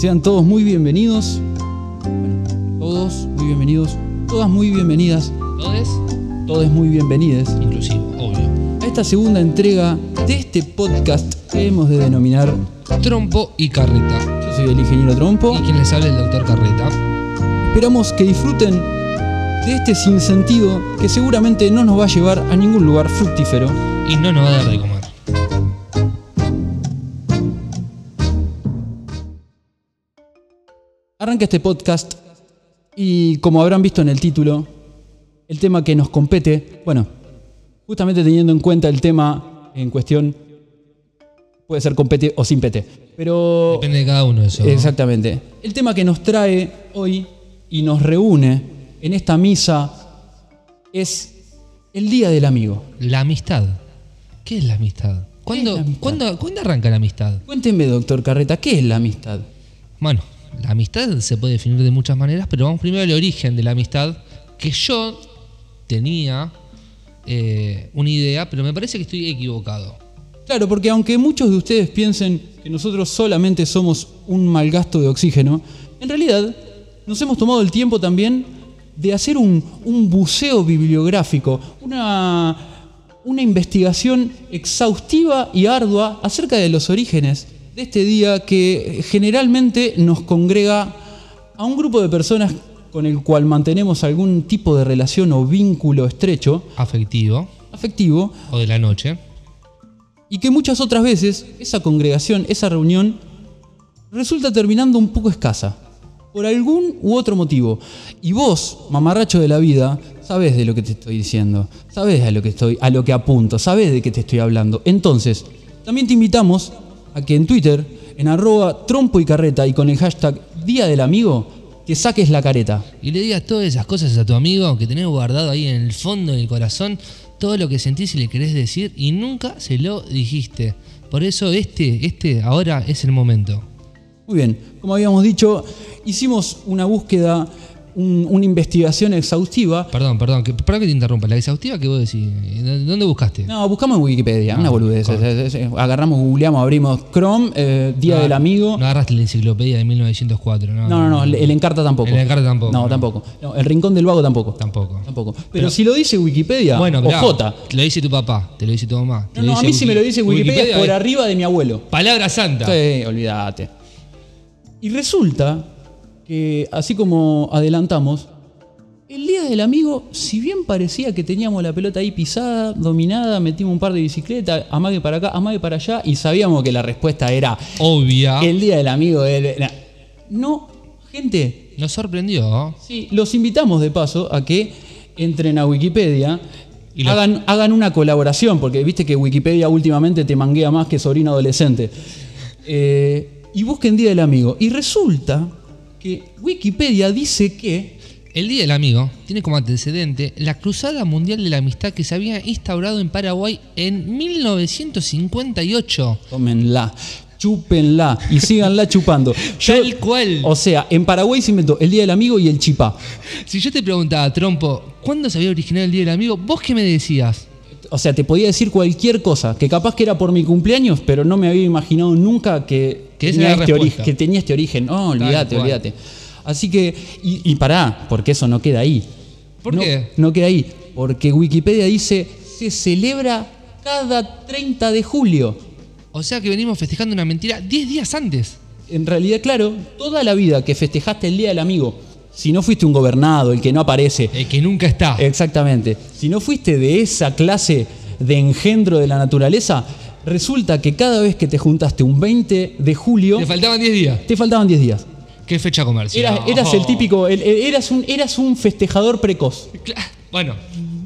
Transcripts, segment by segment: Sean todos muy bienvenidos. Bueno, todos muy bienvenidos. Todas muy bienvenidas. Todes, Todos muy bienvenides. inclusivo, obvio. A esta segunda entrega de este podcast que hemos de denominar Trompo y carreta. Yo soy el ingeniero Trompo. Y quien les habla el doctor Carreta. Esperamos que disfruten de este sinsentido que seguramente no nos va a llevar a ningún lugar fructífero. Y no nos va a dar de comer. Arranca este podcast y como habrán visto en el título, el tema que nos compete, bueno, justamente teniendo en cuenta el tema en cuestión, puede ser compete o sin pete, pero Depende de cada uno eso. ¿no? exactamente. El tema que nos trae hoy y nos reúne en esta misa es el Día del Amigo. La amistad. ¿Qué es la amistad? ¿Cuándo, la amistad? ¿cuándo, ¿Cuándo arranca la amistad? Cuénteme, doctor Carreta, ¿qué es la amistad? Bueno, la amistad se puede definir de muchas maneras, pero vamos primero al origen de la amistad, que yo tenía eh, una idea, pero me parece que estoy equivocado. Claro, porque aunque muchos de ustedes piensen que nosotros solamente somos un mal gasto de oxígeno, en realidad nos hemos tomado el tiempo también de hacer un, un buceo bibliográfico, una, una investigación exhaustiva y ardua acerca de los orígenes de este día que generalmente nos congrega a un grupo de personas con el cual mantenemos algún tipo de relación o vínculo estrecho, Afectivo afectivo, o de la noche. y que muchas otras veces esa congregación, esa reunión, resulta terminando un poco escasa, por algún u otro motivo. Y vos, mamarracho de la vida, sabés de lo que te estoy diciendo, sabés a lo que, estoy, a lo que apunto, sabés de qué te estoy hablando. Entonces, también te invitamos a que en Twitter, en arroba trompo y carreta y con el hashtag Día del Amigo, te saques la careta. y le digas todas esas cosas a tu amigo que tenés guardado ahí en el fondo del corazón, todo lo que sentís y le querés decir y nunca se lo dijiste. Por eso este, este ahora es el momento. Muy bien, como habíamos dicho, hicimos una búsqueda, un- una investigación exhaustiva Perdón, perdón, que, perdón que te interrumpa. La exhaustiva que vos decís, ¿dó- ¿dónde buscaste? No, buscamos en Wikipedia, una Ah, boludez. correcto. es- es- es- agarramos, googleamos, abrimos Chrome, eh, Día No, del Amigo. No No, agarraste la enciclopedia de 1904, ¿no? no, no, el el Encarta tampoco. El Encarta tampoco, No, no. tampoco. No, el Rincón del Vago tampoco. Tampoco. Tampoco. Pero, si lo dice Wikipedia Bueno, o mirá, Jota. te lo dice tu papá, te lo dice tu mamá. te No, no, a dice mí si Wiki- me lo dice Wikipedia, es por es arriba de mi abuelo. Palabra santa. Sí, olvídate. Y resulta que, así como adelantamos, el día del amigo, si bien parecía que teníamos la pelota ahí pisada, dominada, metimos un par de bicicletas, amague para acá, amague para allá, y sabíamos que la respuesta era Obvia. el día del amigo. del- na- No, gente, Nos sorprendió. sí, los invitamos de paso a que entren a Wikipedia. Y lo- hagan, hagan una colaboración, porque viste que Wikipedia últimamente te manguea más que sobrino adolescente. Eh, y busquen Día del Amigo. Y resulta que Wikipedia dice que. El Día del Amigo tiene como antecedente la Cruzada Mundial de la Amistad que se había instaurado en Paraguay en 1958. Tómenla, chúpenla y síganla chupando. Tal cual. O sea, en Paraguay se inventó el Día del Amigo y el Chipá. Si yo te preguntaba, Trompo, ¿cuándo se había originado el Día del Amigo? ¿Vos qué me decías? O sea, te podía decir cualquier cosa, que capaz que era por mi cumpleaños, pero no me había imaginado nunca que, Que esa tenía, era la este origen, respuesta. que tenía este origen. No, olvídate, cual. olvídate. Así que, y, y pará, porque eso no queda ahí. ¿Por No- qué? No queda ahí, porque Wikipedia dice, se celebra cada 30 de julio. O sea que venimos festejando una mentira 10 días antes. En realidad, claro, toda la vida que festejaste el Día del Amigo, si no fuiste un gobernado, el que no aparece, El Eh, que nunca está. Eh, Exactamente. Si no fuiste de esa clase de engendro de la naturaleza, resulta que cada vez que te juntaste un 20 de julio, Le faltaban 10 días. te faltaban 10 días. ¿Qué fecha comercio? Eras, eras el típico, el- el- eras, un, eras un festejador precoz. Cla- Bueno,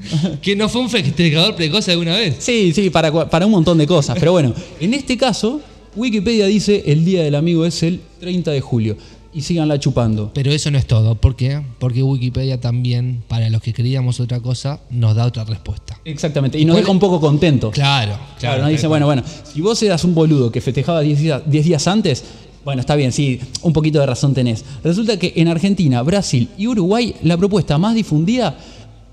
que no fue un festejador precoz alguna vez. Sí, sí, para, cua- para un montón de cosas. Pero bueno, en este caso, Wikipedia dice el Día del Amigo es el 30 de julio. Y síganla chupando. Pero eso no es todo. ¿Por qué? Porque Wikipedia también, para los que creíamos otra cosa, nos da otra respuesta. Exactamente. Y nos ¿Cuál- deja un poco contentos. Claro, claro. Claro, no dice, tal bueno, cual. bueno, si vos eras un boludo que festejaba 10 días, 10 días antes, bueno, está bien, sí, un poquito de razón tenés. Resulta que en Argentina, Brasil y Uruguay la propuesta más difundida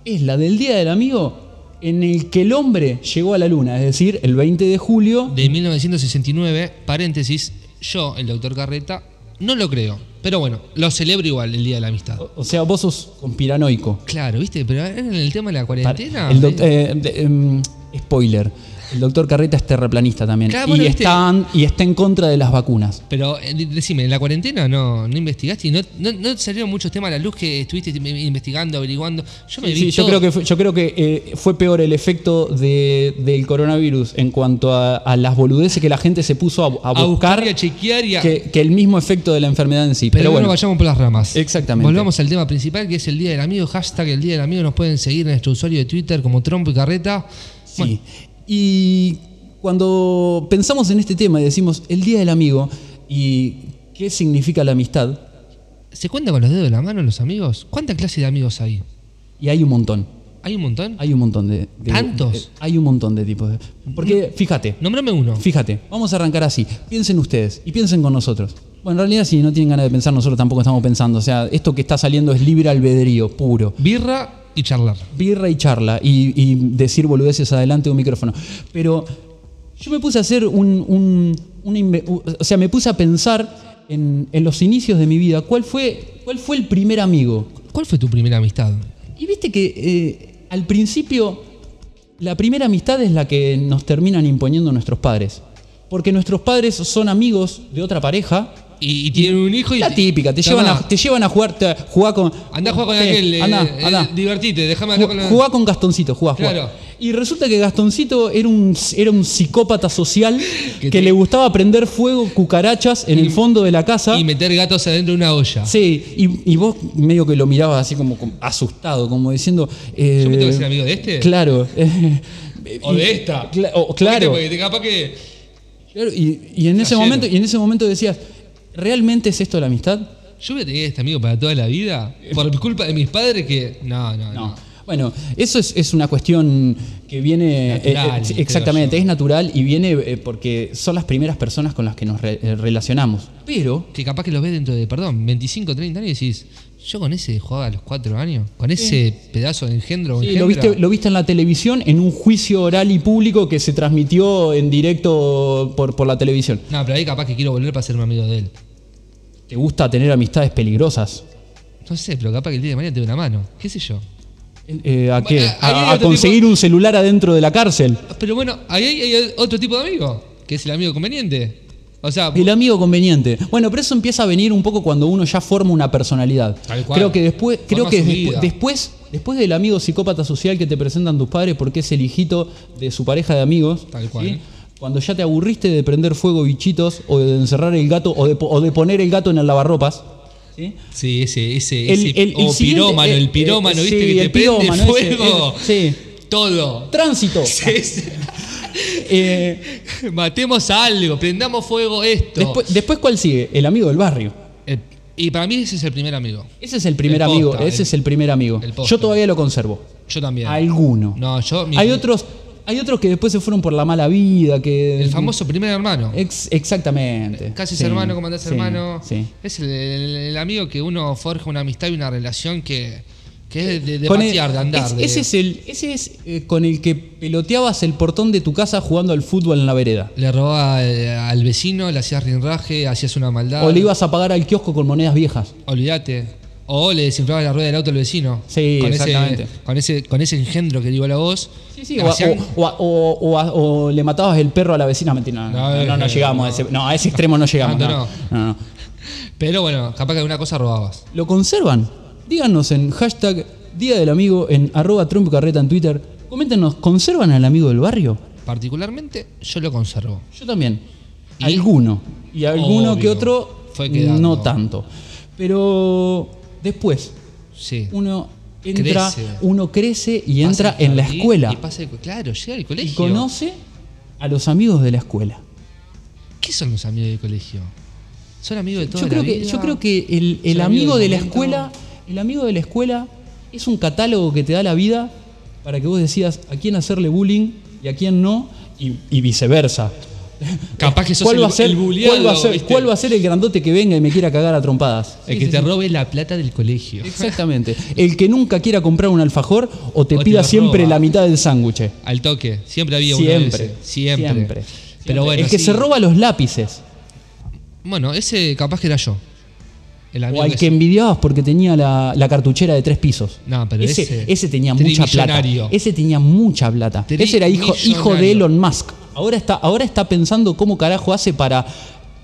es la del Día del Amigo en el que el hombre llegó a la luna, es decir, el 20 de julio. De 1969, paréntesis, yo, el doctor Carreta, No lo creo. Pero bueno, lo celebro igual el Día de la Amistad. O sea, vos sos conspiranoico. Claro, ¿viste? Pero era en el tema de la cuarentena. El doc- eh, de- em, spoiler. El doctor Carreta es terraplanista también. Claro, y, bueno, viste. está, y está en contra de las vacunas. Pero eh, de- decime, ¿en la cuarentena no, no investigaste y no, no, no salieron muchos temas a la luz que estuviste investigando, averiguando? Yo me vi Sí, yo todo. creo que, fue, yo creo que eh, fue peor el efecto de- del coronavirus en cuanto a, a las boludeces que la gente se puso a, a a buscar buscar y a chequear y a... que, que el mismo efecto de la enfermedad en sí. Pero, Pero, no bueno, nos vayamos por las ramas. Exactamente. Volvamos al tema principal que es el Día del Amigo. Hashtag el Día del Amigo. Nos pueden seguir en nuestro usuario de Twitter como Trompo y Carreta. sí. Bueno, Y cuando pensamos en este tema y decimos el Día del Amigo y qué significa la amistad, ¿Se cuenta con los dedos de la mano los amigos? ¿Cuánta clase de amigos hay? y hay un montón. ¿Hay un montón? Hay un montón de. de- ¿Tantos? de- hay un montón de tipos de. Porque, fíjate, Nómbrame uno. fíjate, vamos a arrancar así. Piensen ustedes y piensen con nosotros. Bueno, en realidad, si no tienen ganas de pensar, nosotros tampoco estamos pensando. O sea, esto que está saliendo es libre albedrío, puro. Birra y charlar. Birra y charla y, y decir boludeces adelante de un micrófono. Pero yo me puse a hacer un. un- una inve- o sea, me puse a pensar en, en los inicios de mi vida. ¿Cuál fue, cuál fue el primer amigo? ¿Cuál fue tu primera amistad? Y viste que eh, al principio la primera amistad es la que nos terminan imponiendo nuestros padres. Porque nuestros padres son amigos de otra pareja. Y, y tienen un hijo y... La típica, te llevan a, te llevan a jugar, te- jugá con... Andá a jugar con Sí, aquel. eh, andá, eh, andá. divertite, déjame acá con la- Ju- Jugá con Gastoncito, jugá, jugá. Claro. Y resulta que Gastoncito era un, era un psicópata social que, te- le gustaba prender fuego, cucarachas en el fondo de la casa. Y meter gatos adentro de una olla. Sí, y, y vos medio que lo mirabas así como, como asustado, como diciendo. eh, ¿Yo me tengo que ser amigo de este? Claro. eh, O y- de esta. cla- o- claro. Porque te- capaz que... claro, y, y en ese Flashero. momento, y en ese momento decías, ¿realmente es esto la amistad? Yo voy a tener este amigo para toda la vida. Por culpa de mis padres que... No, no, no. Bueno, eso es, es una cuestión que viene. eh, Natural, sí, creo exactamente, yo. es natural y viene eh, porque son las primeras personas con las que nos re- eh, relacionamos. Pero Que capaz que los ves dentro de, perdón, 25, 30 años y decís, yo con ese jugaba a los 4 años, con ese pedazo de engendro o Sí, engendra, lo, viste, lo viste en la televisión en un juicio oral y público que se transmitió en directo por, por la televisión. No, pero ahí capaz que quiero volver para ser un amigo de él. ¿Te gusta tener amistades peligrosas? No sé, pero capaz que el día de mañana te dé una mano, qué sé yo. Eh, ¿A qué? Bueno, ahí hay ¿A, a otro conseguir un celular adentro de la cárcel? Pero bueno, ahí hay, hay otro tipo de amigo, que es el amigo conveniente. O sea, El amigo conveniente. Bueno, pero eso empieza a venir un poco cuando uno ya forma una personalidad. Tal cual. Creo que después, Forma creo que su despu- vida. después, después del amigo psicópata social que te presentan tus padres porque es el hijito de su pareja de amigos. Tal cual. Cuando ya te aburriste de prender fuego bichitos o de encerrar el gato o de, po- o de poner el gato en el lavarropas. ¿sí? sí, ese, ese, El- ese el- el o siguiente, pirómano, eh, el pirómano, eh, viste, sí, que te el prende pirómano, ese, fuego. ese, sí. Todo. Tránsito. Eh, Matemos algo, prendamos fuego esto. después, después, ¿cuál sigue? El amigo del barrio. Eh, y para mí ese es el primer amigo. Ese es el primer El amigo. posta, ese el- es el primer amigo. el posta. Yo todavía lo conservo. Yo también. Alguno. No, yo. mi- Hay otros, hay otros que después se fueron por la mala vida, que. El famoso primer hermano. Ex- exactamente. Casi es Eh, Sí, hermano, como andás sí, hermano. sí. Es el, el- el amigo que uno forja una amistad y una relación que, que es de, de Con el- pasear, de andar. es- de- Ese es el, ese es eh, con el que peloteabas el portón de tu casa jugando al fútbol en la vereda. Le robaba eh, al vecino, le hacías rinraje, hacías una maldad. O le ibas a pagar al kiosco con monedas viejas. Olvídate. O le desinflabas la rueda del auto al vecino. Sí, exactamente. Ese, con, ese, con ese engendro que dio la voz. O, a- Hacían- o- o a- o- o a- o le matabas el perro a la vecina. Mentira, no, no, No, no, no, eh, llegamos a ese. No, a ese extremo no llegamos. Tanto no, no, no. Pero bueno, capaz que alguna cosa robabas. ¿Lo conservan? Díganos en hashtag Día del Amigo, en arroba Trump Carreta en Twitter. Coméntenos, ¿conservan al amigo del barrio? Particularmente, yo lo conservo. Yo también. Y- alguno. Y alguno Obvio. que otro Fue quedando. no tanto. Pero después Sí. uno entra, Crece. uno crece y Pasa entra el en la jardín escuela y pasa el co- claro, llega al y colegio. conoce a los amigos de la escuela. ¿Qué son los amigos del colegio? ¿Son amigos de toda Yo creo, la que, vida? yo creo que el, el Son amigo amigos de del la momento. escuela, el amigo de la escuela es un catálogo que te da la vida para que vos decidas a quién hacerle bullying y a quién no, y, y viceversa. Capaz que sos ¿Cuál el- va, a ser, el buleado, cuál va a ser- ¿viste? cuál va a ser el grandote que venga y me quiera cagar a trompadas? El que te robe la plata del colegio. Exactamente. El que nunca quiera comprar un alfajor o te O te pida lo siempre roba. la mitad del sándwich. Al toque. Siempre había uno de Siempre, ese. Siempre. Pero bueno. El que sí. se roba los lápices. Bueno, ese capaz que era yo. El amigo O al que que envidiabas porque tenía la, la cartuchera de tres pisos. No, pero ese, ese- ese tenía mucha plata. trimillonario. Ese tenía mucha plata. Ese era hijo, hijo de Trimillonario. Elon Musk. Ahora está, ahora está pensando cómo carajo hace para.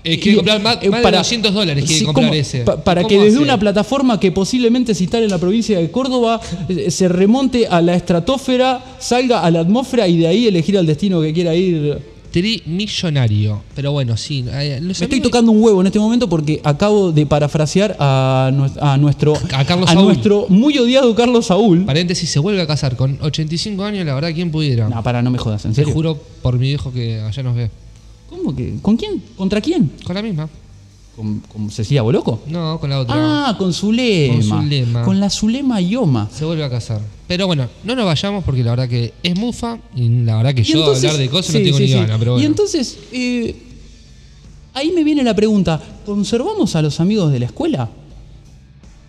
Eh, quiere comprar más- más de 200 dólares quiere comprar ¿cómo? ese. Pa- para ¿Cómo que desde hace? una plataforma que posiblemente si está en la provincia de Córdoba eh, se remonte a la estratosfera, salga a la atmósfera y de ahí elegir al destino que quiera ir. Trimillonario. Pero bueno, sí. eh, los Me estoy amigos- tocando un huevo en este momento porque acabo de parafrasear a, nues- a nuestro A Carlos Saúl. nuestro muy odiado Carlos Saúl. Paréntesis, se vuelve a casar con 85 años, la verdad, ¿quién pudiera? No, para, no me jodas, en Te serio. juro por mi viejo que allá nos ve. ¿Cómo que? ¿Con quién? ¿Contra quién? Con la misma. ¿Con, con Cecilia Boloco? No, con la otra. Ah, con Zulema. Con Zulema. Con la Zulema Ioma. Se vuelve a casar. Pero bueno, no nos vayamos porque la verdad que es mufa y la verdad que Y yo entonces- hablar de cosas sí, no tengo sí, ni sí. gana, pero bueno. Y entonces, eh, ahí me viene la pregunta, ¿conservamos a los amigos de la escuela?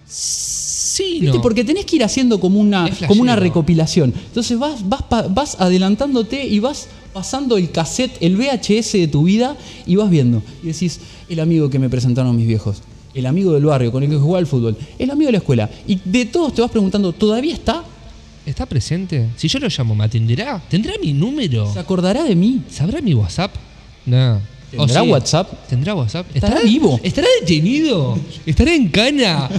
sí, ¿Viste? no. Porque tenés que ir haciendo como una, Es flashero. como una recopilación. Entonces vas, vas, pa- vas adelantándote y vas pasando el cassette, el VHS de tu vida y vas viendo. Y decís, el amigo que me presentaron mis viejos, el amigo del barrio con el que jugaba al fútbol, el amigo de la escuela. Y de todos te vas preguntando, ¿todavía está? ¿Está presente? Si yo lo llamo, ¿me atenderá? ¿Tendrá mi número? ¿Se acordará de mí? ¿Sabrá mi WhatsApp? No. ¿Tendrá WhatsApp? ¿Tendrá WhatsApp? ¿Estará vivo? ¿Estará detenido? ¿Estará en cana?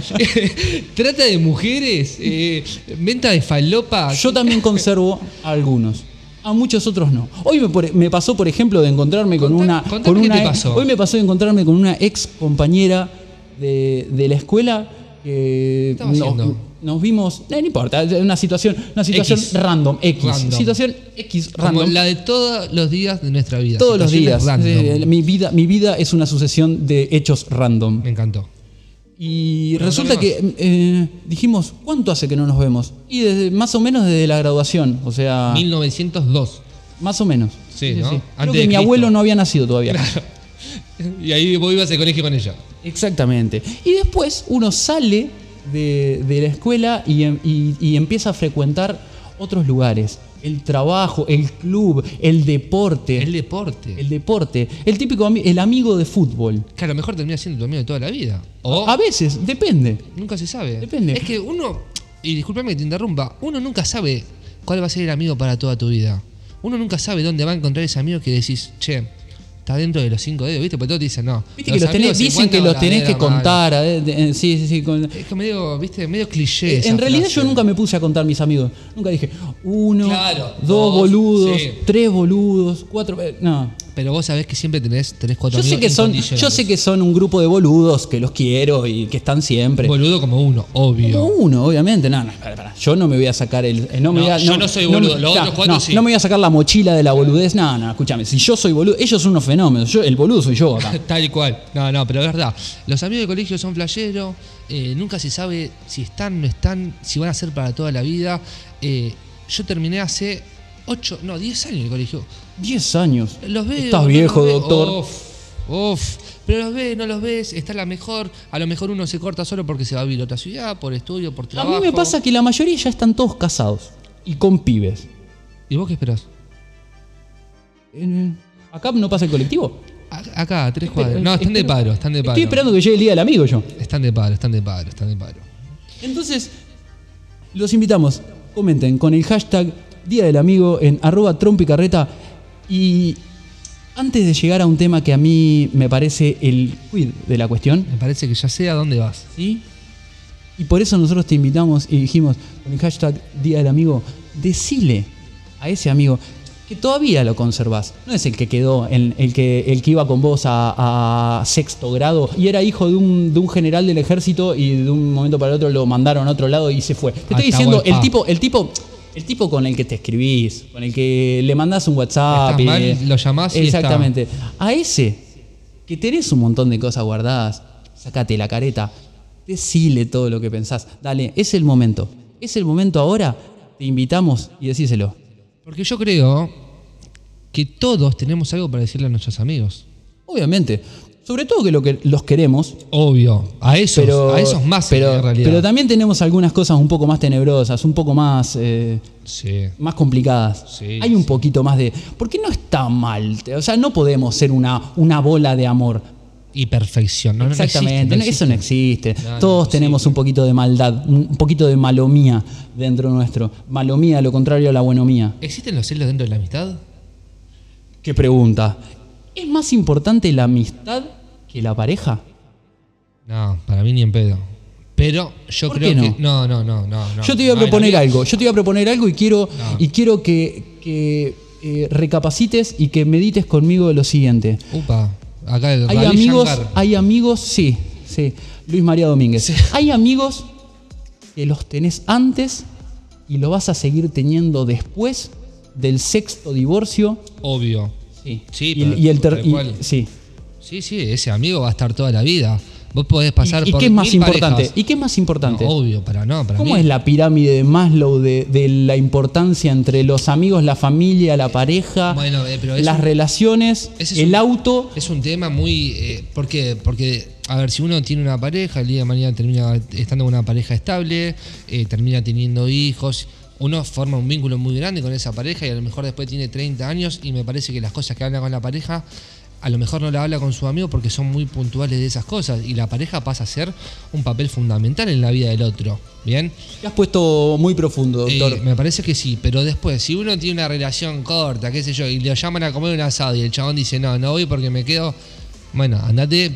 ¿Trata de mujeres? Eh, ¿Venta de falopa? Ah, Yo también conservo a algunos. A muchos otros no. Hoy me, por- me pasó, por ejemplo, de encontrarme con Contá- una. contame con qué una te pasó. Hoy me pasó de encontrarme con una ex compañera de, de la escuela que estabas haciendo? nos vimos. eh, no importa, una situación, una situación X. random, X. Random. Situación X Como random. la de todos los días de nuestra vida. Todos los días. Situaciones random. Eh, mi, vida, mi vida es una sucesión de hechos random. Me encantó. Y Pero resulta dale que eh, dijimos, ¿cuánto hace que no nos vemos? Y desde, más o menos desde la graduación. O sea. 1902. Más o menos. Sí, ¿no? Antes Creo de que mi Cristo. abuelo no había nacido todavía. Y ahí vos ibas al colegio con ella. Exactamente. Y después uno sale de, de la escuela y, em- y- y empieza a frecuentar otros lugares. El trabajo, el club, el deporte. El El, deporte. deporte. El típico ami- el amigo de fútbol. Que a lo mejor termina siendo tu amigo de toda la vida. O A veces, depende. nunca se sabe. Ah, Depende. Es que uno, y discúlpame que te interrumpa, uno nunca sabe cuál va a ser el amigo para toda tu vida. Uno nunca sabe dónde va a encontrar ese amigo que decís, che, está dentro de los cinco dedos, ¿viste? Porque todos te dicen, no. Viste que los tenés- amigos se dicen que encuentran los con la tenés que verga, mano". contar. eh, de- eh, sí, sí, sí, con- Es que medio, viste, medio cliché. esa Eh, En realidad frase. yo nunca me puse a contar mis amigos. Nunca dije uno, Claro, dos, dos, boludos, sí. tres boludos, cuatro. eh, No. Pero vos sabés que siempre tenés tres, cuatro Yo sé, que amigos son, yo incondicionales. sé que son un grupo de boludos que los quiero y que están siempre. Boludo como uno, obvio. Como uno, obviamente. No, no, pará, pará. Yo no me voy a sacar el. eh, No, me No, voy a- yo no soy boludo, me- los claro, otros cuatro no, sí. no me voy a sacar la mochila de la boludez. No, no, escúchame. Si yo soy boludo, ellos son unos fenómenos. Yo, el boludo soy yo acá. Tal cual. No, no, pero es verdad. Los amigos de colegio son flayeros. eh, nunca se sabe si están, no están, si van a ser para toda la vida. Eh, yo terminé hace 8, no, 10 años el colegio. Diez años. Los veo. Estás no viejo, los veo. Oh, doctor. Uf, uf. Pero los ves, no los ves, está la mejor. A lo mejor uno se corta solo porque se va a vivir a otra ciudad, por estudio, por a trabajo. mí me pasa que la mayoría ya están todos casados y con pibes. ¿Y vos qué esperás? Eh, ¿Acá no pasa el colectivo? A- acá, a tres cuadras. No, están de Espero- paro, están de paro. Estoy esperando que llegue el día del amigo yo. Están de paro, están de paro, están de paro. Entonces, los invitamos. Comenten con el hashtag Día del Amigo en arroba trompicarreta. Y antes de llegar a un tema que a mí me parece el quid de la cuestión, Me parece que ya sé a dónde vas. ¿sí? Y por eso nosotros te invitamos y dijimos con el hashtag Día del Amigo, decile a ese amigo que todavía lo conservás. No es el que quedó, el, el que, el que iba con vos a, a sexto grado y era hijo de un, de un general del ejército y de un momento para el otro lo mandaron a otro lado y se fue. Te estoy diciendo, el Atahualpa. tipo, el tipo. El tipo con el que te escribís, con el que le mandás un WhatsApp. Estás y- mal, lo llamás y está. Exactamente. A ese, que tenés un montón de cosas guardadas, sacate la careta, decile todo lo que pensás. Dale, es el momento. Es el momento ahora, te invitamos y decíselo. Porque yo creo que todos tenemos algo para decirle a nuestros amigos. Obviamente. Sobre todo que, lo que los queremos. Obvio, a esos, Pero, a esos más pero, en realidad. pero también tenemos algunas cosas un poco más tenebrosas, un poco más, eh, sí. más complicadas. Sí, Hay un sí. poquito más de. Porque no está mal. O sea, no podemos ser una, una bola de amor. y perfección. No, no, no existe, Exactamente, no- eso no existe. No, no, Todos no tenemos un poquito de maldad, un poquito de malomía dentro nuestro. Malomía, lo contrario a la buenomía. ¿Existen los celos dentro de la amistad? ¿Qué pregunta? ¿Es más importante la amistad que la pareja? No, para mí ni en pedo. Pero yo ¿Por creo qué no? que. No, no, no, no. no. Yo te iba a No, proponer no, algo, yo te iba a proponer algo y quiero, No. y quiero que, que, eh, recapacites y que medites conmigo lo siguiente. Upa, acá el Hay Ravi amigos, Shankar. hay amigos, sí, sí, Luis María Domínguez. Sí. Hay amigos que los tenés antes y lo vas a seguir teniendo después del sexto divorcio. Obvio. Sí, Sí, y, pero- y el ter- tal y- cual. sí. Sí, sí, ese amigo va a estar toda la vida. Vos podés pasar ¿Y, y por. qué es más mil importante? parejas. ¿Y qué es más No, importante? obvio, para no, para ¿Cómo mí. es la pirámide de Maslow de, de la importancia entre los amigos, la familia, la pareja, Bueno, eh, pero es las un- relaciones, ese es el un- auto? Es un tema muy. eh, ¿Por qué? Porque, a ver, si uno tiene una pareja, el día de mañana termina estando con una pareja estable, eh, termina teniendo hijos, uno forma un vínculo muy grande con esa pareja y a lo mejor después tiene 30 años y me parece que las cosas que habla con la pareja. A lo mejor no la habla con su amigo porque son muy puntuales de esas cosas y la pareja pasa a ser un papel fundamental en la vida del otro. ¿Bien? Te has puesto muy profundo, Eh, doctor. me parece que sí, pero después, si uno tiene una relación corta, qué sé yo, y le llaman a comer un asado y el chabón dice, no, no voy porque me quedo. Bueno, andate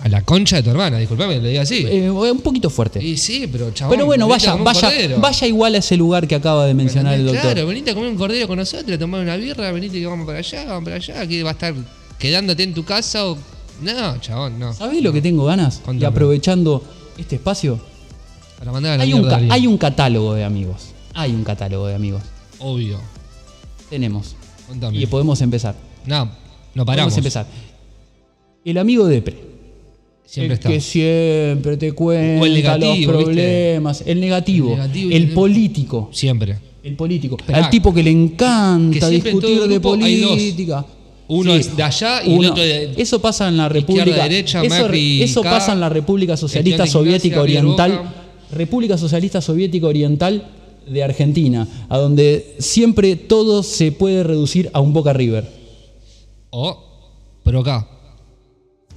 a la concha de tu hermana, disculpame que lo diga así. Eh, un poquito fuerte. y sí, pero chabón. Pero bueno, venite vaya, a comer un vaya, cordero. vaya igual a ese lugar que acaba de mencionar el doctor. Claro, venite a comer un cordero con nosotros, tomar una birra, venite que vamos para allá, vamos para allá, que va a estar quedándote en tu casa o. No, chabón, no. ¿Sabés lo que tengo ganas? Y Contame. aprovechando este espacio, Para mandar a la hay un, mierda ca- a alguien. hay un catálogo de amigos. Hay un catálogo de amigos. Obvio. Tenemos. Contame. Y podemos empezar. no, no paramos. Podemos empezar. El amigo depre. Siempre el está. Eh, que siempre te cuenta O el negativo, los ¿viste? problemas. El negativo. El, El negativo y el- político. Siempre. El político. Esperá. Al tipo que le Que encanta siempre en todo discutir de grupo hay dos. política. Uno Sí. es de allá Ah, y el Uno. otro de, Eso pasa en la Izquierda, República. derecha, eso Macri, eso K, pasa en la República Socialista Estudiantes de Soviética Gimnasia, River Oriental. Boca. República Socialista Soviética Oriental de Argentina, a donde siempre todo se puede reducir a un Boca River. O pero acá.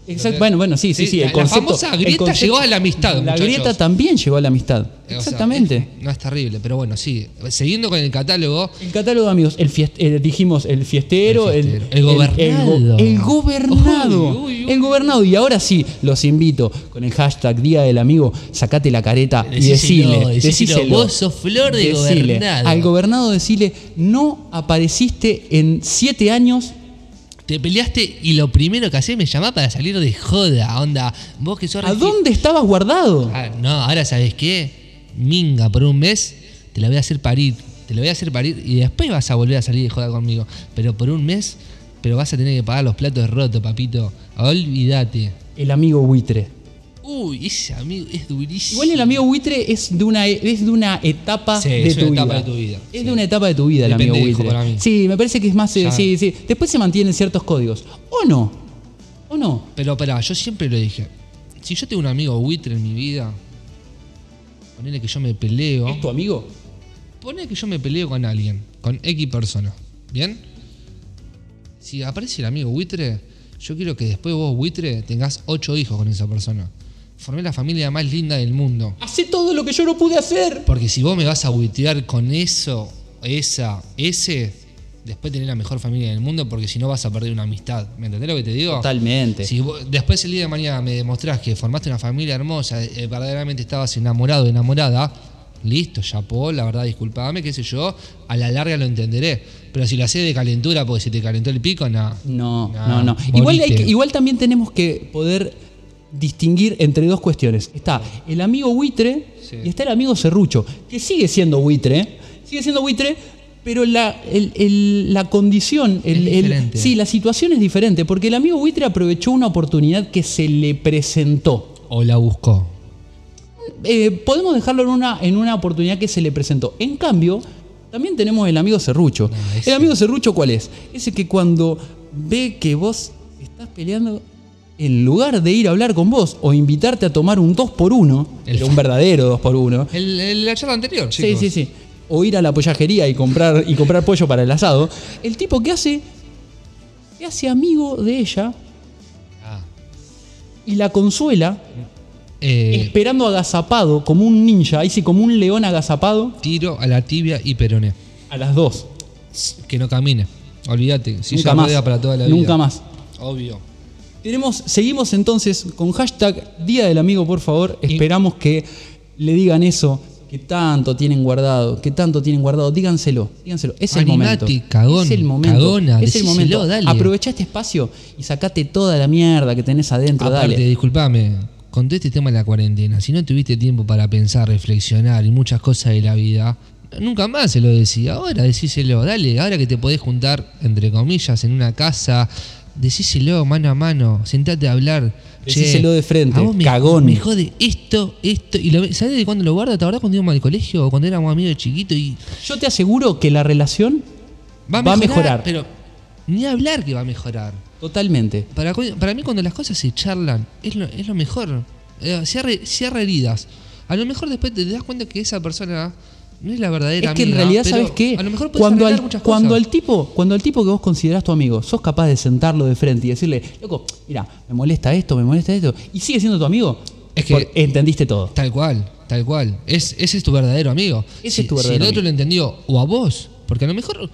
Exacto. Bueno, bueno, sí, sí, Sí, sí. el la- la concepto, famosa el grieta concepto- llegó a la amistad, La muchachos. grieta también llegó a la amistad. Exactamente. no es terrible, pero bueno, sí. Siguiendo con el catálogo, El catálogo de amigos, el fiest- eh, dijimos el fiestero, El el, fiestero. El gobernado. El, go- el gobernado. Uy, uy, uy. El gobernado. Y ahora sí, los invito con el hashtag Día del Amigo, sacate la careta y Decíselo, decile. decíselo, decíselo. vos sos flor de Decile. gobernado. Al gobernado decile, no apareciste en siete años. te peleaste y lo primero que hacés me llamás para salir de joda, onda. Vos que sos ¿A regi- dónde estabas guardado? Ah, no, ahora sabes qué? Minga por un mes, te la voy a hacer parir, te la voy a hacer parir y después vas a volver a salir de joda conmigo, pero por un mes pero vas a tener que pagar los platos rotos, papito. Olvídate. El amigo buitre. Uy, ese amigo es durísimo. Igual el amigo buitre es de una, es de una etapa, Sí, de, es tu una etapa vida. de tu vida, Es sí. de una etapa de tu vida el Depende amigo del hijo buitre. para mí. Sí, me parece que es más. eh, Ya. Sí, sí. Después se mantienen ciertos códigos. ¿O no? ¿O no? Pero pará, yo siempre lo dije. Si yo tengo un amigo buitre en mi vida, ponele que yo me peleo. ¿Es tu amigo? Ponele que yo me peleo con alguien, con X persona. ¿Bien? Si aparece el amigo buitre, yo quiero que después vos, buitre, tengas ocho hijos con esa persona. Formé la familia más linda del mundo. Hacé todo lo que yo no pude hacer. Porque si vos me vas a buitear con eso, esa, ese, después tenés la mejor familia del mundo, porque si no vas a perder una amistad. ¿Me entendés lo que te digo? Totalmente. Si vos- después el día de mañana me demostrás que formaste una familia hermosa, eh, verdaderamente estabas enamorado, enamorada, listo, chapó, la verdad, disculpame, qué sé yo, a la larga lo entenderé. Pero si lo haces de calentura porque se te calentó el pico, nada. No, Nah, no, no. morite. Igual, hay que- igual también tenemos que poder distinguir entre dos cuestiones. Está el amigo buitre Sí. y está el amigo serrucho, que sigue siendo buitre, ¿eh? sigue siendo buitre, pero la, el- el- la condición, el- Es el- diferente. sí, la situación es diferente, porque el amigo buitre aprovechó una oportunidad que se le presentó. O la buscó. Eh, podemos dejarlo en una, en una oportunidad que se le presentó. En cambio, también tenemos el amigo Serrucho. Ah, ese. ¿El amigo Serrucho cuál es? Ese que cuando ve que vos estás peleando, en lugar de ir a hablar con vos o invitarte a tomar un 2 por 1 El un verdadero 2 por 1 El, el- la charla anterior, Sí, chicos. sí, sí. O ir a la pollajería y comprar, y comprar pollo para el asado. El tipo que hace, se hace amigo de ella Ah, y la consuela Eh, esperando agazapado como un ninja, ahí sí, como un león agazapado tiro a la tibia y peroné. a las dos. Que no camine. Olvídate. Si Nunca ya más. rodea para toda la vida. Nunca más. Obvio. Tenemos, seguimos entonces con hashtag Día del Amigo, por favor. Esperamos que le digan eso que tanto tienen guardado, que tanto tienen guardado. Díganselo, díganselo. Es el Animate, momento. cagón, es el momento. cagona, es el decíselo, momento. dale. Aprovecha este espacio y sacate toda la mierda que tenés adentro. Aparte, dale. disculpame, con todo este tema de la cuarentena, si no tuviste tiempo para pensar, reflexionar y muchas cosas de la vida, nunca más se lo decía. Ahora decíselo, dale, ahora que te podés juntar, entre comillas, en una casa, decíselo mano a mano, sentate a hablar. Che, Decíselo de frente, a vos me, cagón. Me jode esto, esto. Y lo, ¿Sabés de cuándo lo guardo? ¿Te acordás cuando íbamos al colegio o cuando éramos amigos de chiquito? Y Yo te aseguro que la relación va a Va a mejorar. mejorar. Pero ni hablar que va a mejorar. totalmente. Para, cu- para mí cuando las cosas se charlan, es lo, es lo mejor. Eh, cierra, cierra heridas. A lo mejor después te das cuenta que esa persona no es la verdadera Es que en amiga, realidad, pero ¿sabes qué? A lo mejor puedes cuando arreglar al, muchas cuando cosas. al tipo, cuando al tipo que vos considerás tu amigo, sos capaz de sentarlo de frente y decirle, loco, mira, me molesta esto, me molesta esto, y sigue siendo tu amigo, Es que- por- entendiste todo. Tal cual, tal cual. Es, ese es tu verdadero amigo. Ese si, es tu si verdadero el otro amigo. lo entendió, o a vos. Porque a lo mejor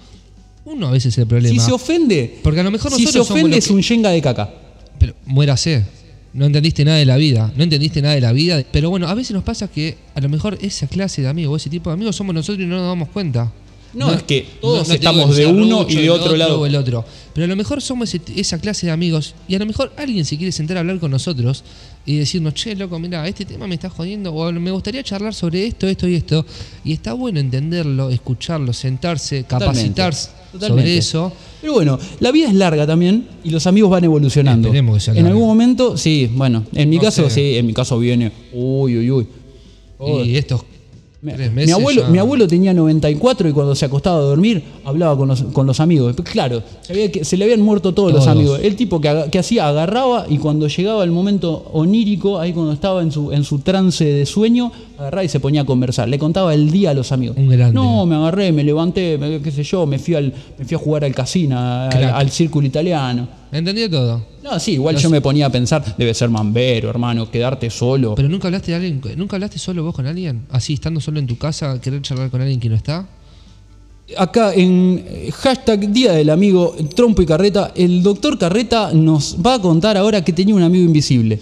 uno a veces es el Si problema. se ofende, Porque a lo mejor si se nosotros somos ofende los es que- un yenga de caca. Pero muérase. No entendiste nada de la vida. No entendiste nada de la vida. Pero bueno, a veces nos pasa que a lo mejor esa clase de amigos o ese tipo de amigos somos nosotros y no nos damos cuenta. No, es que todos te digo estamos el de uno serrucho, y de el otro lado. o el otro. Pero a lo mejor somos ese- esa clase de amigos y a lo mejor alguien se quiere sentar a hablar con nosotros y decirnos, che, loco, mira, este tema me está jodiendo o me gustaría charlar sobre esto, esto y esto. Y está bueno entenderlo, escucharlo, sentarse, capacitarse sobre Totalmente. eso. Pero bueno, la vida es larga también y los amigos van evolucionando. Esperemos que sea en larga. algún momento, sí, bueno, en mi No caso, sé. sí, en mi caso viene, uy, uy, uy. Oh, Y estos Mi, tres mi meses abuelo, ya- mi abuelo tenía 94 y cuando se acostaba a dormir hablaba con los, con los amigos. Claro, se, había que- se le habían muerto todos, los Todos. amigos. El tipo que, aga- que hacía agarraba y cuando llegaba el momento onírico, ahí cuando estaba en su, en su trance de sueño, agarraba y se ponía a conversar. Le contaba el día a los amigos. Un grande. No, me agarré, me levanté, me- qué sé yo, me fui, al, me fui a jugar al casino, a- al, Crack. al círculo italiano. ¿Entendió todo? No, sí, igual yo me ponía a pensar, debe ser mambero, hermano, quedarte solo. Pero nunca hablaste de alguien, nunca hablaste solo vos con alguien, así estando solo en tu casa, querer charlar con alguien que no está. Acá en eh, hashtag Día del Amigo Trompo y Carreta, el doctor Carreta nos va a contar ahora que tenía un amigo invisible.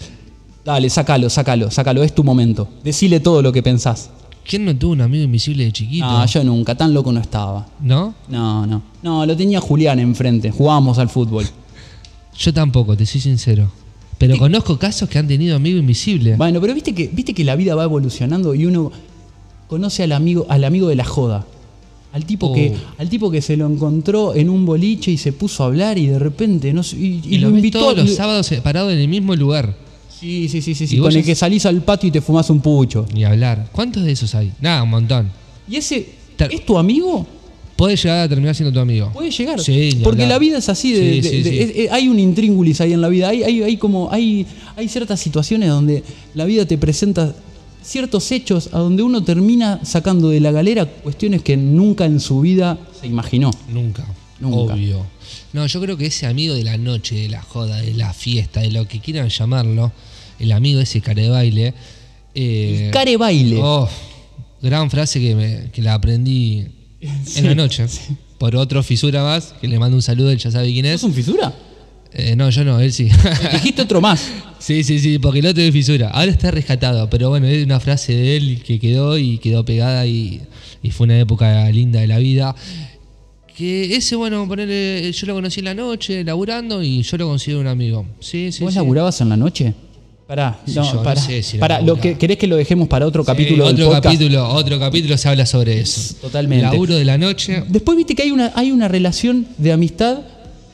Dale, sácalo, sácalo, sácalo, es tu momento. Decile todo lo que pensás. ¿Quién no tuvo un amigo invisible de chiquito? No, yo nunca, tan loco no estaba. ¿No? No, no. No, lo tenía Julián enfrente, jugábamos al fútbol. Yo tampoco, te soy sincero. Pero conozco casos que han tenido amigo invisible. Bueno, pero viste que, viste que la vida va evolucionando y uno conoce al amigo, al amigo de la joda. Al tipo, Oh. que, al tipo que se lo encontró en un boliche y se puso a hablar y de repente no sé, y, y y lo ves todos los lo- sábados eh, parado en el mismo lugar. Sí, sí, sí, sí, sí, Y vos Con ya el que s- salís al patio y te fumás un pucho. Ni hablar. ¿Cuántos de esos hay? Nada, un montón. ¿Y ese Ter- es tu amigo? Puede llegar a terminar siendo tu amigo. Puede llegar. Sí, ni Porque hablar. la vida es así. de- de- Sí, sí, de- sí. es- es- hay un intríngulis ahí en la vida. Hay, hay, hay como, hay, hay ciertas situaciones donde la vida te presenta ciertos hechos a donde uno termina sacando de la galera cuestiones que nunca en su vida se imaginó. Nunca. Nunca. Obvio. No, yo creo que ese amigo de la noche, de la joda, de la fiesta, de lo que quieran llamarlo, el amigo ese cara de baile. eh, Care baile. Oh, gran frase que, me- que la aprendí en la noche. Por otro fisura más, que le mando un saludo, él ya sabe quién ¿Es es. un fisura? Eh, no, yo no, él sí. Dijiste otro más. sí, sí, sí, porque el otro es fisura. Ahora está rescatado, pero bueno, es una frase de él que quedó y quedó pegada y, y fue una época linda de la vida. Que ese, bueno, ponerle, yo lo conocí en la noche, laburando, y yo lo considero un amigo. Sí, sí, ¿Vos sí. laburabas en la noche? Pará, Sí, no, yo no pará, sé si pará, lo laburaba. que, ¿querés que lo dejemos para otro capítulo Sí, del otro podcast? capítulo, otro capítulo se habla sobre eso. Totalmente. Laburo de la noche, Después viste que hay una, hay una relación de amistad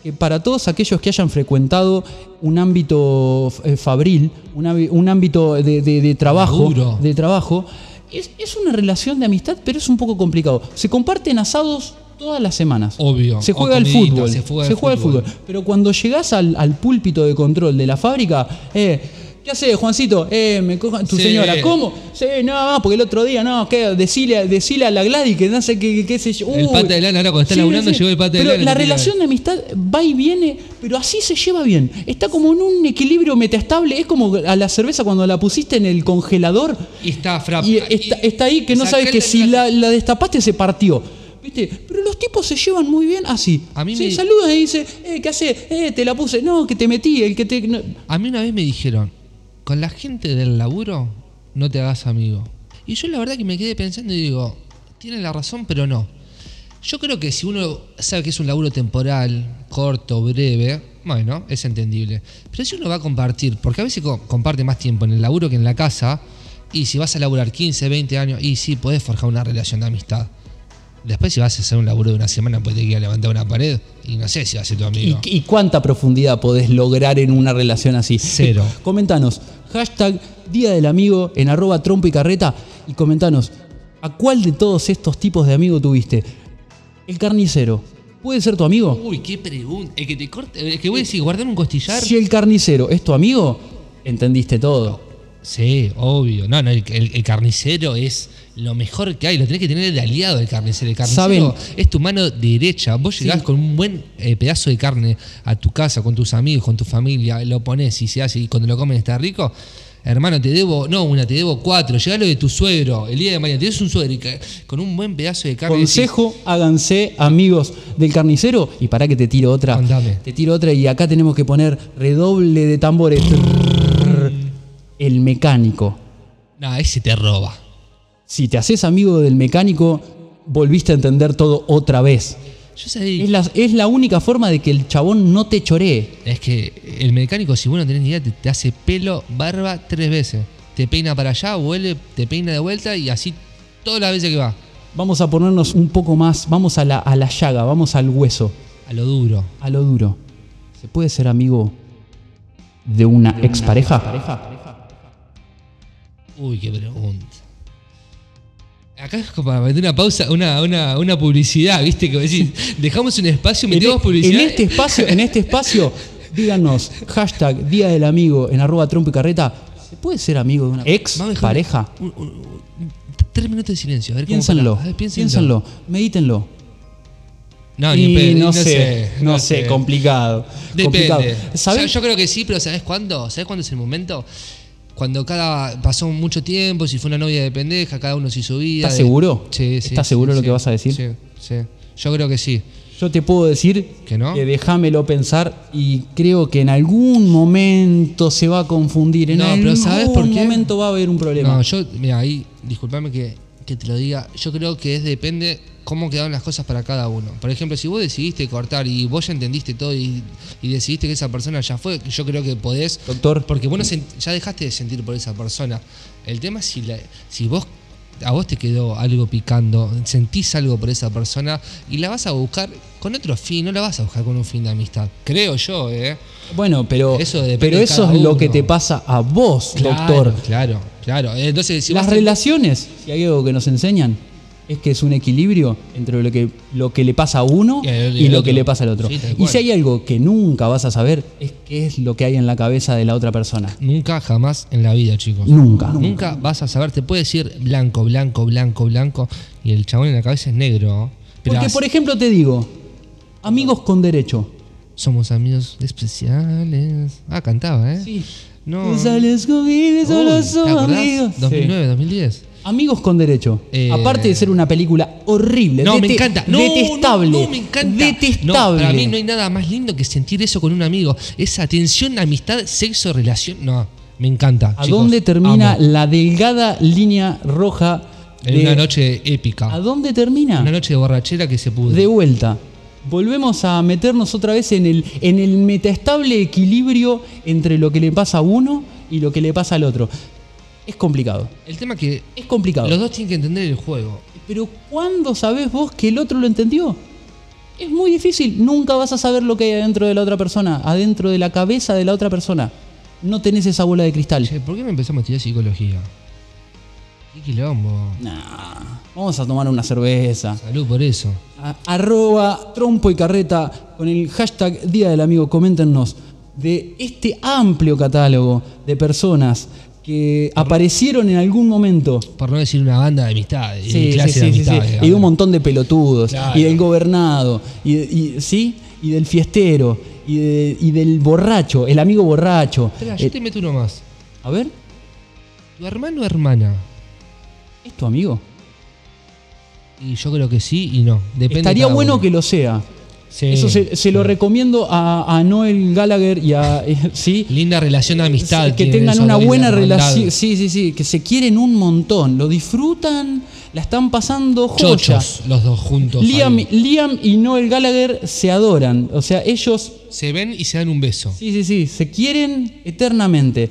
que para todos aquellos que hayan frecuentado un ámbito eh, fabril, un, ámbi- un ámbito de, de- de trabajo, Laburo. de trabajo es, es una relación de amistad, pero es un poco complicado. Se comparten asados todas las semanas. Obvio. Se O juega al comidita, fútbol. se juega al al fútbol. fútbol. Pero cuando llegás al, al púlpito de control de la fábrica, eh, ¿Qué hace, Juancito? Eh, me cojan tu Sí. señora. ¿Cómo? Sí, no, porque el otro día, no, ¿qué? Decile, decile a la Gladys que no sé qué, qué, qué sé yo. El Uy. pata de lana, ahora cuando está laburando, llegó el pata de Pero lana, La no tiene relación de amistad va y viene, pero así se lleva bien. Está como en un equilibrio metaestable. Es como a la cerveza cuando la pusiste en el congelador Y está frap. y está, está ahí que no sacá sabes Ah, el que si desenlace. la, la destapaste se partió. ¿Viste? Pero los tipos se llevan muy bien así. A mí se me- saludan y dice, eh, ¿qué hace? Eh, te la puse. No, que te metí, el que te. no". A mí una vez me dijeron, con la gente del laburo no te hagas amigo. Y yo la verdad que me quedé pensando y digo, tienen la razón, pero no. Yo creo que si uno sabe que es un laburo temporal, corto, breve, bueno, es entendible. Pero si uno va a compartir, porque a veces co- comparte más tiempo en el laburo que en la casa, y si vas a laburar 15, 20 años, y sí, podés forjar una relación de amistad. Después si vas a hacer un laburo de una semana, pues te queda levantar una pared, y no sé si va a ser tu ¿Y, amigo. y cuánta profundidad podés lograr en una relación así? Cero. Eh, comentanos, hashtag Día del Amigo en arroba trompo y carreta y comentanos, ¿a cuál de todos estos tipos de amigo tuviste? El carnicero, ¿puede ser tu amigo? Uy, qué pregunta. El que te corte. El que voy a decir, guardame un costillar. Si el carnicero es tu amigo, entendiste todo. Sí, obvio. No, no, el, el- el carnicero es lo mejor que hay. Lo tenés que tener de aliado el carnicero. El carnicero Saben- es tu mano derecha. Vos llegás con un buen eh, pedazo de carne a tu casa, con tus amigos, con tu familia, lo pones y se hace y cuando lo comen está rico. Hermano, te debo, no una, te debo cuatro. Llegá lo de tu suegro. El día de mañana tenés un suegro y ca- con un buen pedazo de carne. decís, Consejo, háganse amigos del carnicero. Y para que te tiro otra. Contame. Te tiro otra y acá tenemos que poner redoble de tambores. El mecánico. No, ese te roba. Si te haces amigo del mecánico, volviste a entender todo otra vez. Yo sabía. Es la, es la única forma de que el chabón no te choree. Es que el mecánico, si vos no tenés ni idea, te, te hace pelo, barba tres veces. Te peina para allá, vuelve, te peina de vuelta y así todas las veces que va. Vamos a ponernos un poco más, vamos a la, a la llaga, vamos al hueso, A lo duro. a lo duro. ¿Se puede ser amigo de una expareja? Uy, qué pregunta. Acá es como para meter una pausa, una, una, una publicidad, ¿viste? Que vos decís, dejamos un espacio, En, metemos e- publicidad. en este espacio, en este espacio, díganos, hashtag Día del Amigo en arroba trompo y carreta, ¿se puede ser amigo de una ex Vamos a dejar pareja? un- un- un- tres minutos de silencio. A ver cómo Piénsenlo, para- a ver, piénsenlo, medítenlo. No, Ah, ni Y pedo, no, sé, no sé, complicado. complicado. Depende. ¿Sabés? Yo, yo creo que sí, pero ¿sabes cuándo? ¿Sabes cuándo es el momento? Cuando cada pasó mucho tiempo, si fue una novia de pendeja, cada uno se hizo vida. ¿Estás de- seguro? Sí, sí. ¿Estás sí, seguro lo sí, que vas a decir? Sí, sí. Yo creo que sí. Yo te puedo decir ¿Que no? dejámelo pensar y creo que en algún momento se va a confundir. En No, algún pero ¿sabés por qué? momento va a haber un problema. No, yo, mira, ahí, discúlpame que, que te lo diga. Yo creo que es depende cómo quedaron las cosas para cada uno. Por ejemplo, si vos decidiste cortar y vos ya entendiste todo y, y decidiste que esa persona ya fue, yo creo que podés. Doctor. Porque vos no sen- ya dejaste de sentir por esa persona. El tema es si, la- si vos. A vos te quedó algo picando, sentís algo por esa persona y la vas a buscar con otro fin, no la vas a buscar con un fin de amistad. Creo yo, ¿eh? Bueno, pero eso, Eso depende pero de eso cada es lo uno. que te pasa a vos, doctor. Claro, claro. Entonces, si Las vas a- relaciones, si hay algo que nos enseñan, es que es un equilibrio entre lo que, lo que le pasa a uno Y y, el- el lo otro. que le pasa al otro. Sí, tal y cual. si hay algo que nunca vas a saber, es qué es lo que hay en la cabeza de la otra persona. Nunca, jamás en la vida, chicos. Nunca. Nunca vas a saber. Te puede decir blanco, blanco, blanco, blanco. Y el chabón en la cabeza es negro. Pero Porque, as- por ejemplo, te digo, amigos con derecho. somos amigos especiales. Ah, cantaba, ¿eh? Sí. No. Tú sales conmigo, solo Uy, ¿te somos acordás? amigos. 2009, 2010. Sí. Amigos con derecho. Eh, Aparte de ser una película horrible. No, me dete- encanta. No, detestable. No, no, me encanta. Detestable. No, para mí no hay nada más lindo que sentir eso con un amigo. Esa atención, amistad, sexo, relación. No, me encanta. ¿A chicos. dónde termina Amo. la delgada línea roja? En de- una noche ¿A épica. dónde termina? Una noche de borrachera que se pudre. De vuelta. Volvemos a meternos otra vez en el, en el metaestable equilibrio entre lo que le pasa a uno y lo que le pasa al otro. Es complicado. El tema que Es complicado. los dos tienen que entender el juego. Pero ¿cuándo sabes vos que el otro lo entendió? Es muy difícil. Nunca vas a saber lo que hay adentro de la otra persona, adentro de la cabeza de la otra persona. No tenés esa bola de cristal. Che, ¿por qué no empezamos a estudiar psicología? Qué quilombo. Nah, vamos a tomar una cerveza. Salud por eso. A- arroba trompo y carreta con el hashtag Día del Amigo. Coméntenos. de este amplio catálogo de personas que aparecieron en algún momento. Por no decir una banda de amistades, y Sí, de clase sí, de sí, sí, sí. amistades. digamos. Y de un montón de pelotudos, Claro. y del gobernado, y, y- ¿sí? y del fiestero, y, de- y del borracho, el amigo borracho. Espera, Eh, yo te meto uno más. A ver, ¿Tu hermano o hermana? ¿es tu amigo? Y yo creo que sí y no. Depende Estaría bueno que lo sea. Eso se, se lo recomiendo a, a Noel Gallagher y a... eh, ¿sí? Linda relación de amistad. Eh, que tienen tengan esos una dos, buena linda hermandad. relación. Sí, sí, sí, que se quieren un montón, lo disfrutan, la están pasando joya. Chochos, los dos juntos. Liam, ahí. Liam y Noel Gallagher se adoran, o sea, ellos, Se ven y se dan un beso. sí, sí, sí, se quieren eternamente.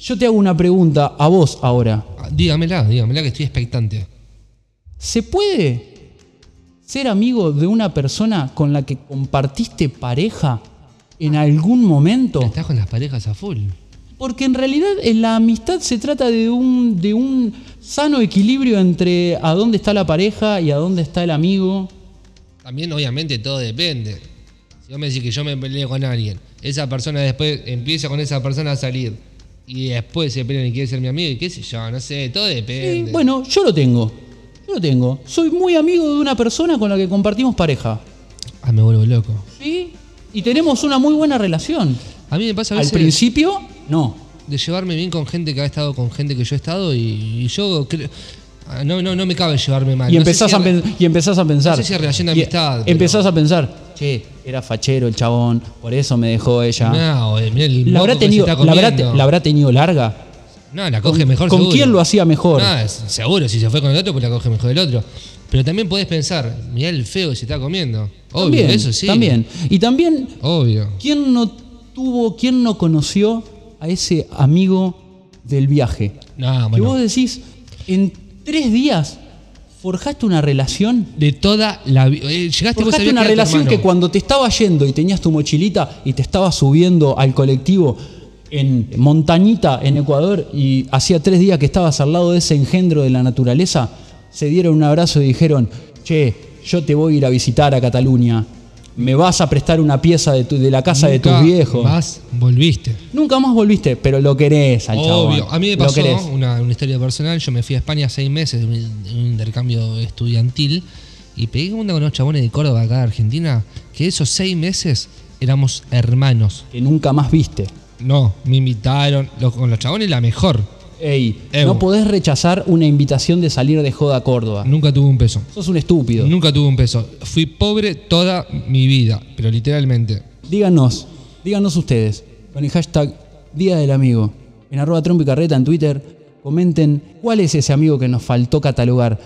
Yo te hago una pregunta a vos ahora. Ah, Dígamela, dígamela que estoy expectante. ¿Se puede ser amigo de una persona con la que compartiste pareja en algún momento? Estás con las parejas a full. Porque en realidad en la amistad se trata de un, de un sano equilibrio entre a dónde está la pareja y a dónde está el amigo. También, obviamente, todo depende. Si vos me decís que yo me peleé con alguien, esa persona después empieza con esa persona a salir y después se pelean y quiere ser mi amigo y qué sé yo, no sé, todo Y, depende. bueno, yo lo tengo. Yo lo tengo. Soy muy amigo de una persona con la que compartimos pareja. Ah, me vuelvo loco. ¿Sí? Y tenemos una muy buena relación. A mí me pasa a Al veces principio, no. de llevarme bien con gente que ha estado con gente que yo he estado y, y yo creo. ah, No, no, no me cabe llevarme mal. Y Ah, No sé empezás, si a, es- pen- y empezás a pensar. no sé si es relación de y- amistad, pero- Empezás a pensar, che, era fachero el chabón, por eso me dejó ella. No, eh, mirá el ¿La, habrá moco que se tenido, está la, habrá te- comiendo. la habrá tenido larga? No, la coge mejor ¿Con seguro. quién lo hacía mejor? No, es- seguro, si se fue con el otro, pues la coge mejor el otro. Pero también podés pensar, mirá el feo que se está comiendo. Obvio, también, eso sí. También. Y también, Obvio. ¿quién no tuvo, quién no conoció a ese amigo del viaje? No, Que bueno. vos decís, en tres días forjaste una relación. De toda la vida. Llegaste y vos Forjaste sabías una que era tu relación que hermano. cuando te estaba yendo y tenías tu mochilita y te estabas subiendo al colectivo en Montañita, en Ecuador, y hacía tres días que estabas al lado de ese engendro de la naturaleza, se dieron un abrazo y dijeron, che, yo te voy a ir a visitar a Cataluña, me vas a prestar una pieza de, tu- de la casa de tus Nunca viejos. Más volviste. Nunca más volviste, pero lo querés al chabón. Obvio. A mí me Lo pasó querés. una, una historia personal. Yo me fui a España seis meses de un, de un intercambio estudiantil y pegué onda con unos chabones de Córdoba acá de Argentina que esos seis meses éramos hermanos. Que nunca más viste. No, me invitaron. Lo- con los chabones la mejor. Ey, Evo. no podés rechazar una invitación de salir de joda a Córdoba. Nunca tuve un peso. Sos un estúpido. Nunca tuve un peso. Fui pobre toda mi vida, pero literalmente. Díganos, díganos ustedes, con el hashtag Día del Amigo, en arroba trompo y carreta en Twitter, comenten cuál es ese amigo que nos faltó catalogar.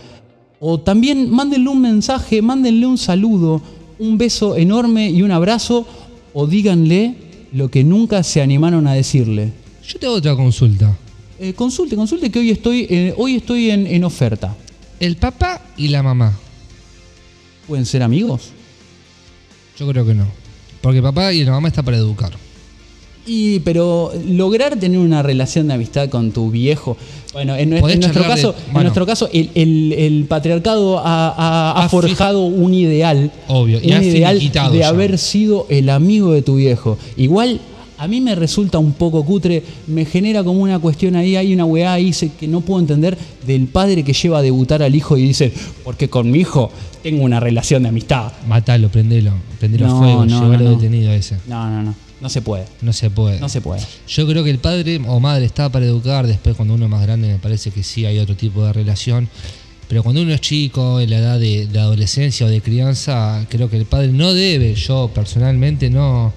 O también mándenle un mensaje, mándenle un saludo, un beso enorme y un abrazo, o díganle lo que nunca se animaron a decirle. Yo te hago otra consulta. Eh, consulte, consulte que hoy estoy, eh, hoy estoy en, en oferta. El papá y la mamá. ¿Pueden ser amigos? Yo creo que no. Porque papá y la mamá está para educar. Y, pero lograr tener una relación de amistad con tu viejo. Bueno, en, nue- en Podés nuestro, charlar de- caso, en bueno. nuestro caso, el, el- el patriarcado ha, ha- ha Ha fi- forjado un ideal. Ah, Obvio, y un ha ideal finiquitado de ya. haber sido el amigo de tu viejo. Igual. A mí me resulta un poco cutre, me genera como una cuestión ahí, hay una weá ahí se- que no puedo entender del padre que lleva a debutar al hijo y dice, porque con mi hijo tengo una relación de amistad. Matalo, prendelo. Prendelo No, fuego, no, llevalo no, no. detenido a ese. No, no, no, no se puede, No se puede. no se puede. Yo creo que el padre o madre está para educar, después cuando uno es más grande me parece que sí hay otro tipo de relación, pero cuando uno es chico, en la edad de, de adolescencia o de crianza, creo que el padre no debe, yo personalmente no,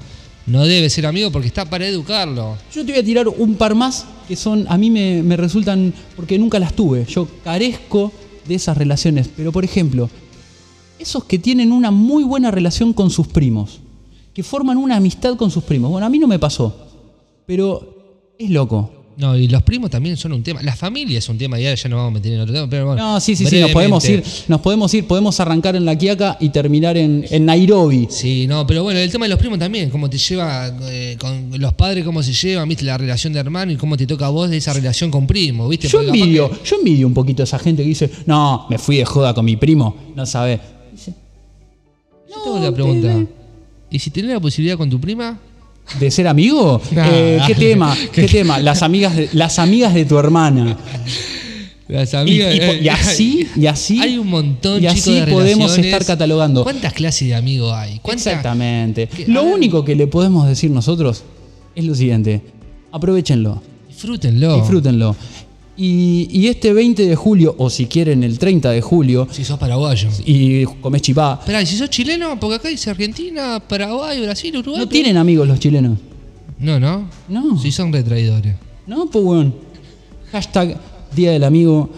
no debe ser amigo porque está para educarlo. Yo te voy a tirar un par más que son, a mí me, me resultan, porque nunca las tuve. Yo carezco de esas relaciones. Pero, por ejemplo, esos que tienen una muy buena relación con sus primos, que forman una amistad con sus primos. Bueno, a mí no me pasó, pero es loco. No, y los primos también son un tema, la familia es un tema, y ahora ya no vamos a meter en otro tema, pero bueno. No, sí, sí, sí, nos podemos ir, brevemente. nos podemos ir, podemos arrancar en La Quiaca y terminar en, en Nairobi. Sí, no, pero bueno, el tema de los primos también, cómo te lleva eh, con los padres, cómo se lleva, viste, la relación de hermano y cómo te toca a vos de esa relación con primo, viste. Yo Porque capaz envidio, yo envidio un poquito a esa gente que dice, no, me fui de joda con mi primo, no sabe. Dice, Yo te hago la pregunta. ¿Y si tenés la posibilidad con tu prima? ¿De ser amigo? Nah, Eh, ¿Qué dale. tema? ¿Qué tema? Las amigas de, las amigas de tu hermana. Las Y, amigas. y po- y así, y así. eh. Hay un montón Y chicos, así de podemos relaciones. estar catalogando. ¿Cuántas clases de amigos hay? ¿Cuántas- Exactamente. que- Lo a ver. único que le podemos decir nosotros es lo siguiente. Aprovechenlo. Oh. Disfrútenlo. Disfrútenlo. Y, y este 20 de julio, o si quieren el 30 de julio, Si sos paraguayo. y comés chipá, Pará, ¿y si sos chileno, porque acá dice Argentina, Paraguay, Brasil, Uruguay. no pero- tienen amigos los chilenos. No, no. No. Si son retraidores. No, pues weón. Hashtag Día del Amigo.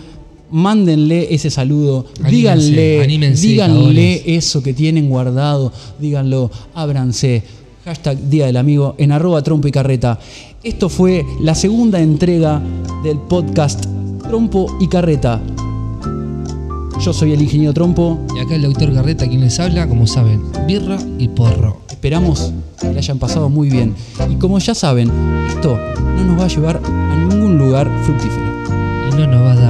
Mándenle ese saludo. Anímense, díganle. anímense, díganle cabrones. eso que tienen guardado. Díganlo. Ábranse. Hashtag Día del Amigo en arroba trompo y carreta. Esto fue la segunda entrega del podcast Trompo y Carreta. Yo soy el ingeniero Trompo. Y acá el doctor Garreta, quien les habla, como saben, birra y porro. Esperamos que la hayan pasado muy bien. Y como ya saben, esto no nos va a llevar a ningún lugar fructífero. Y no nos va a dar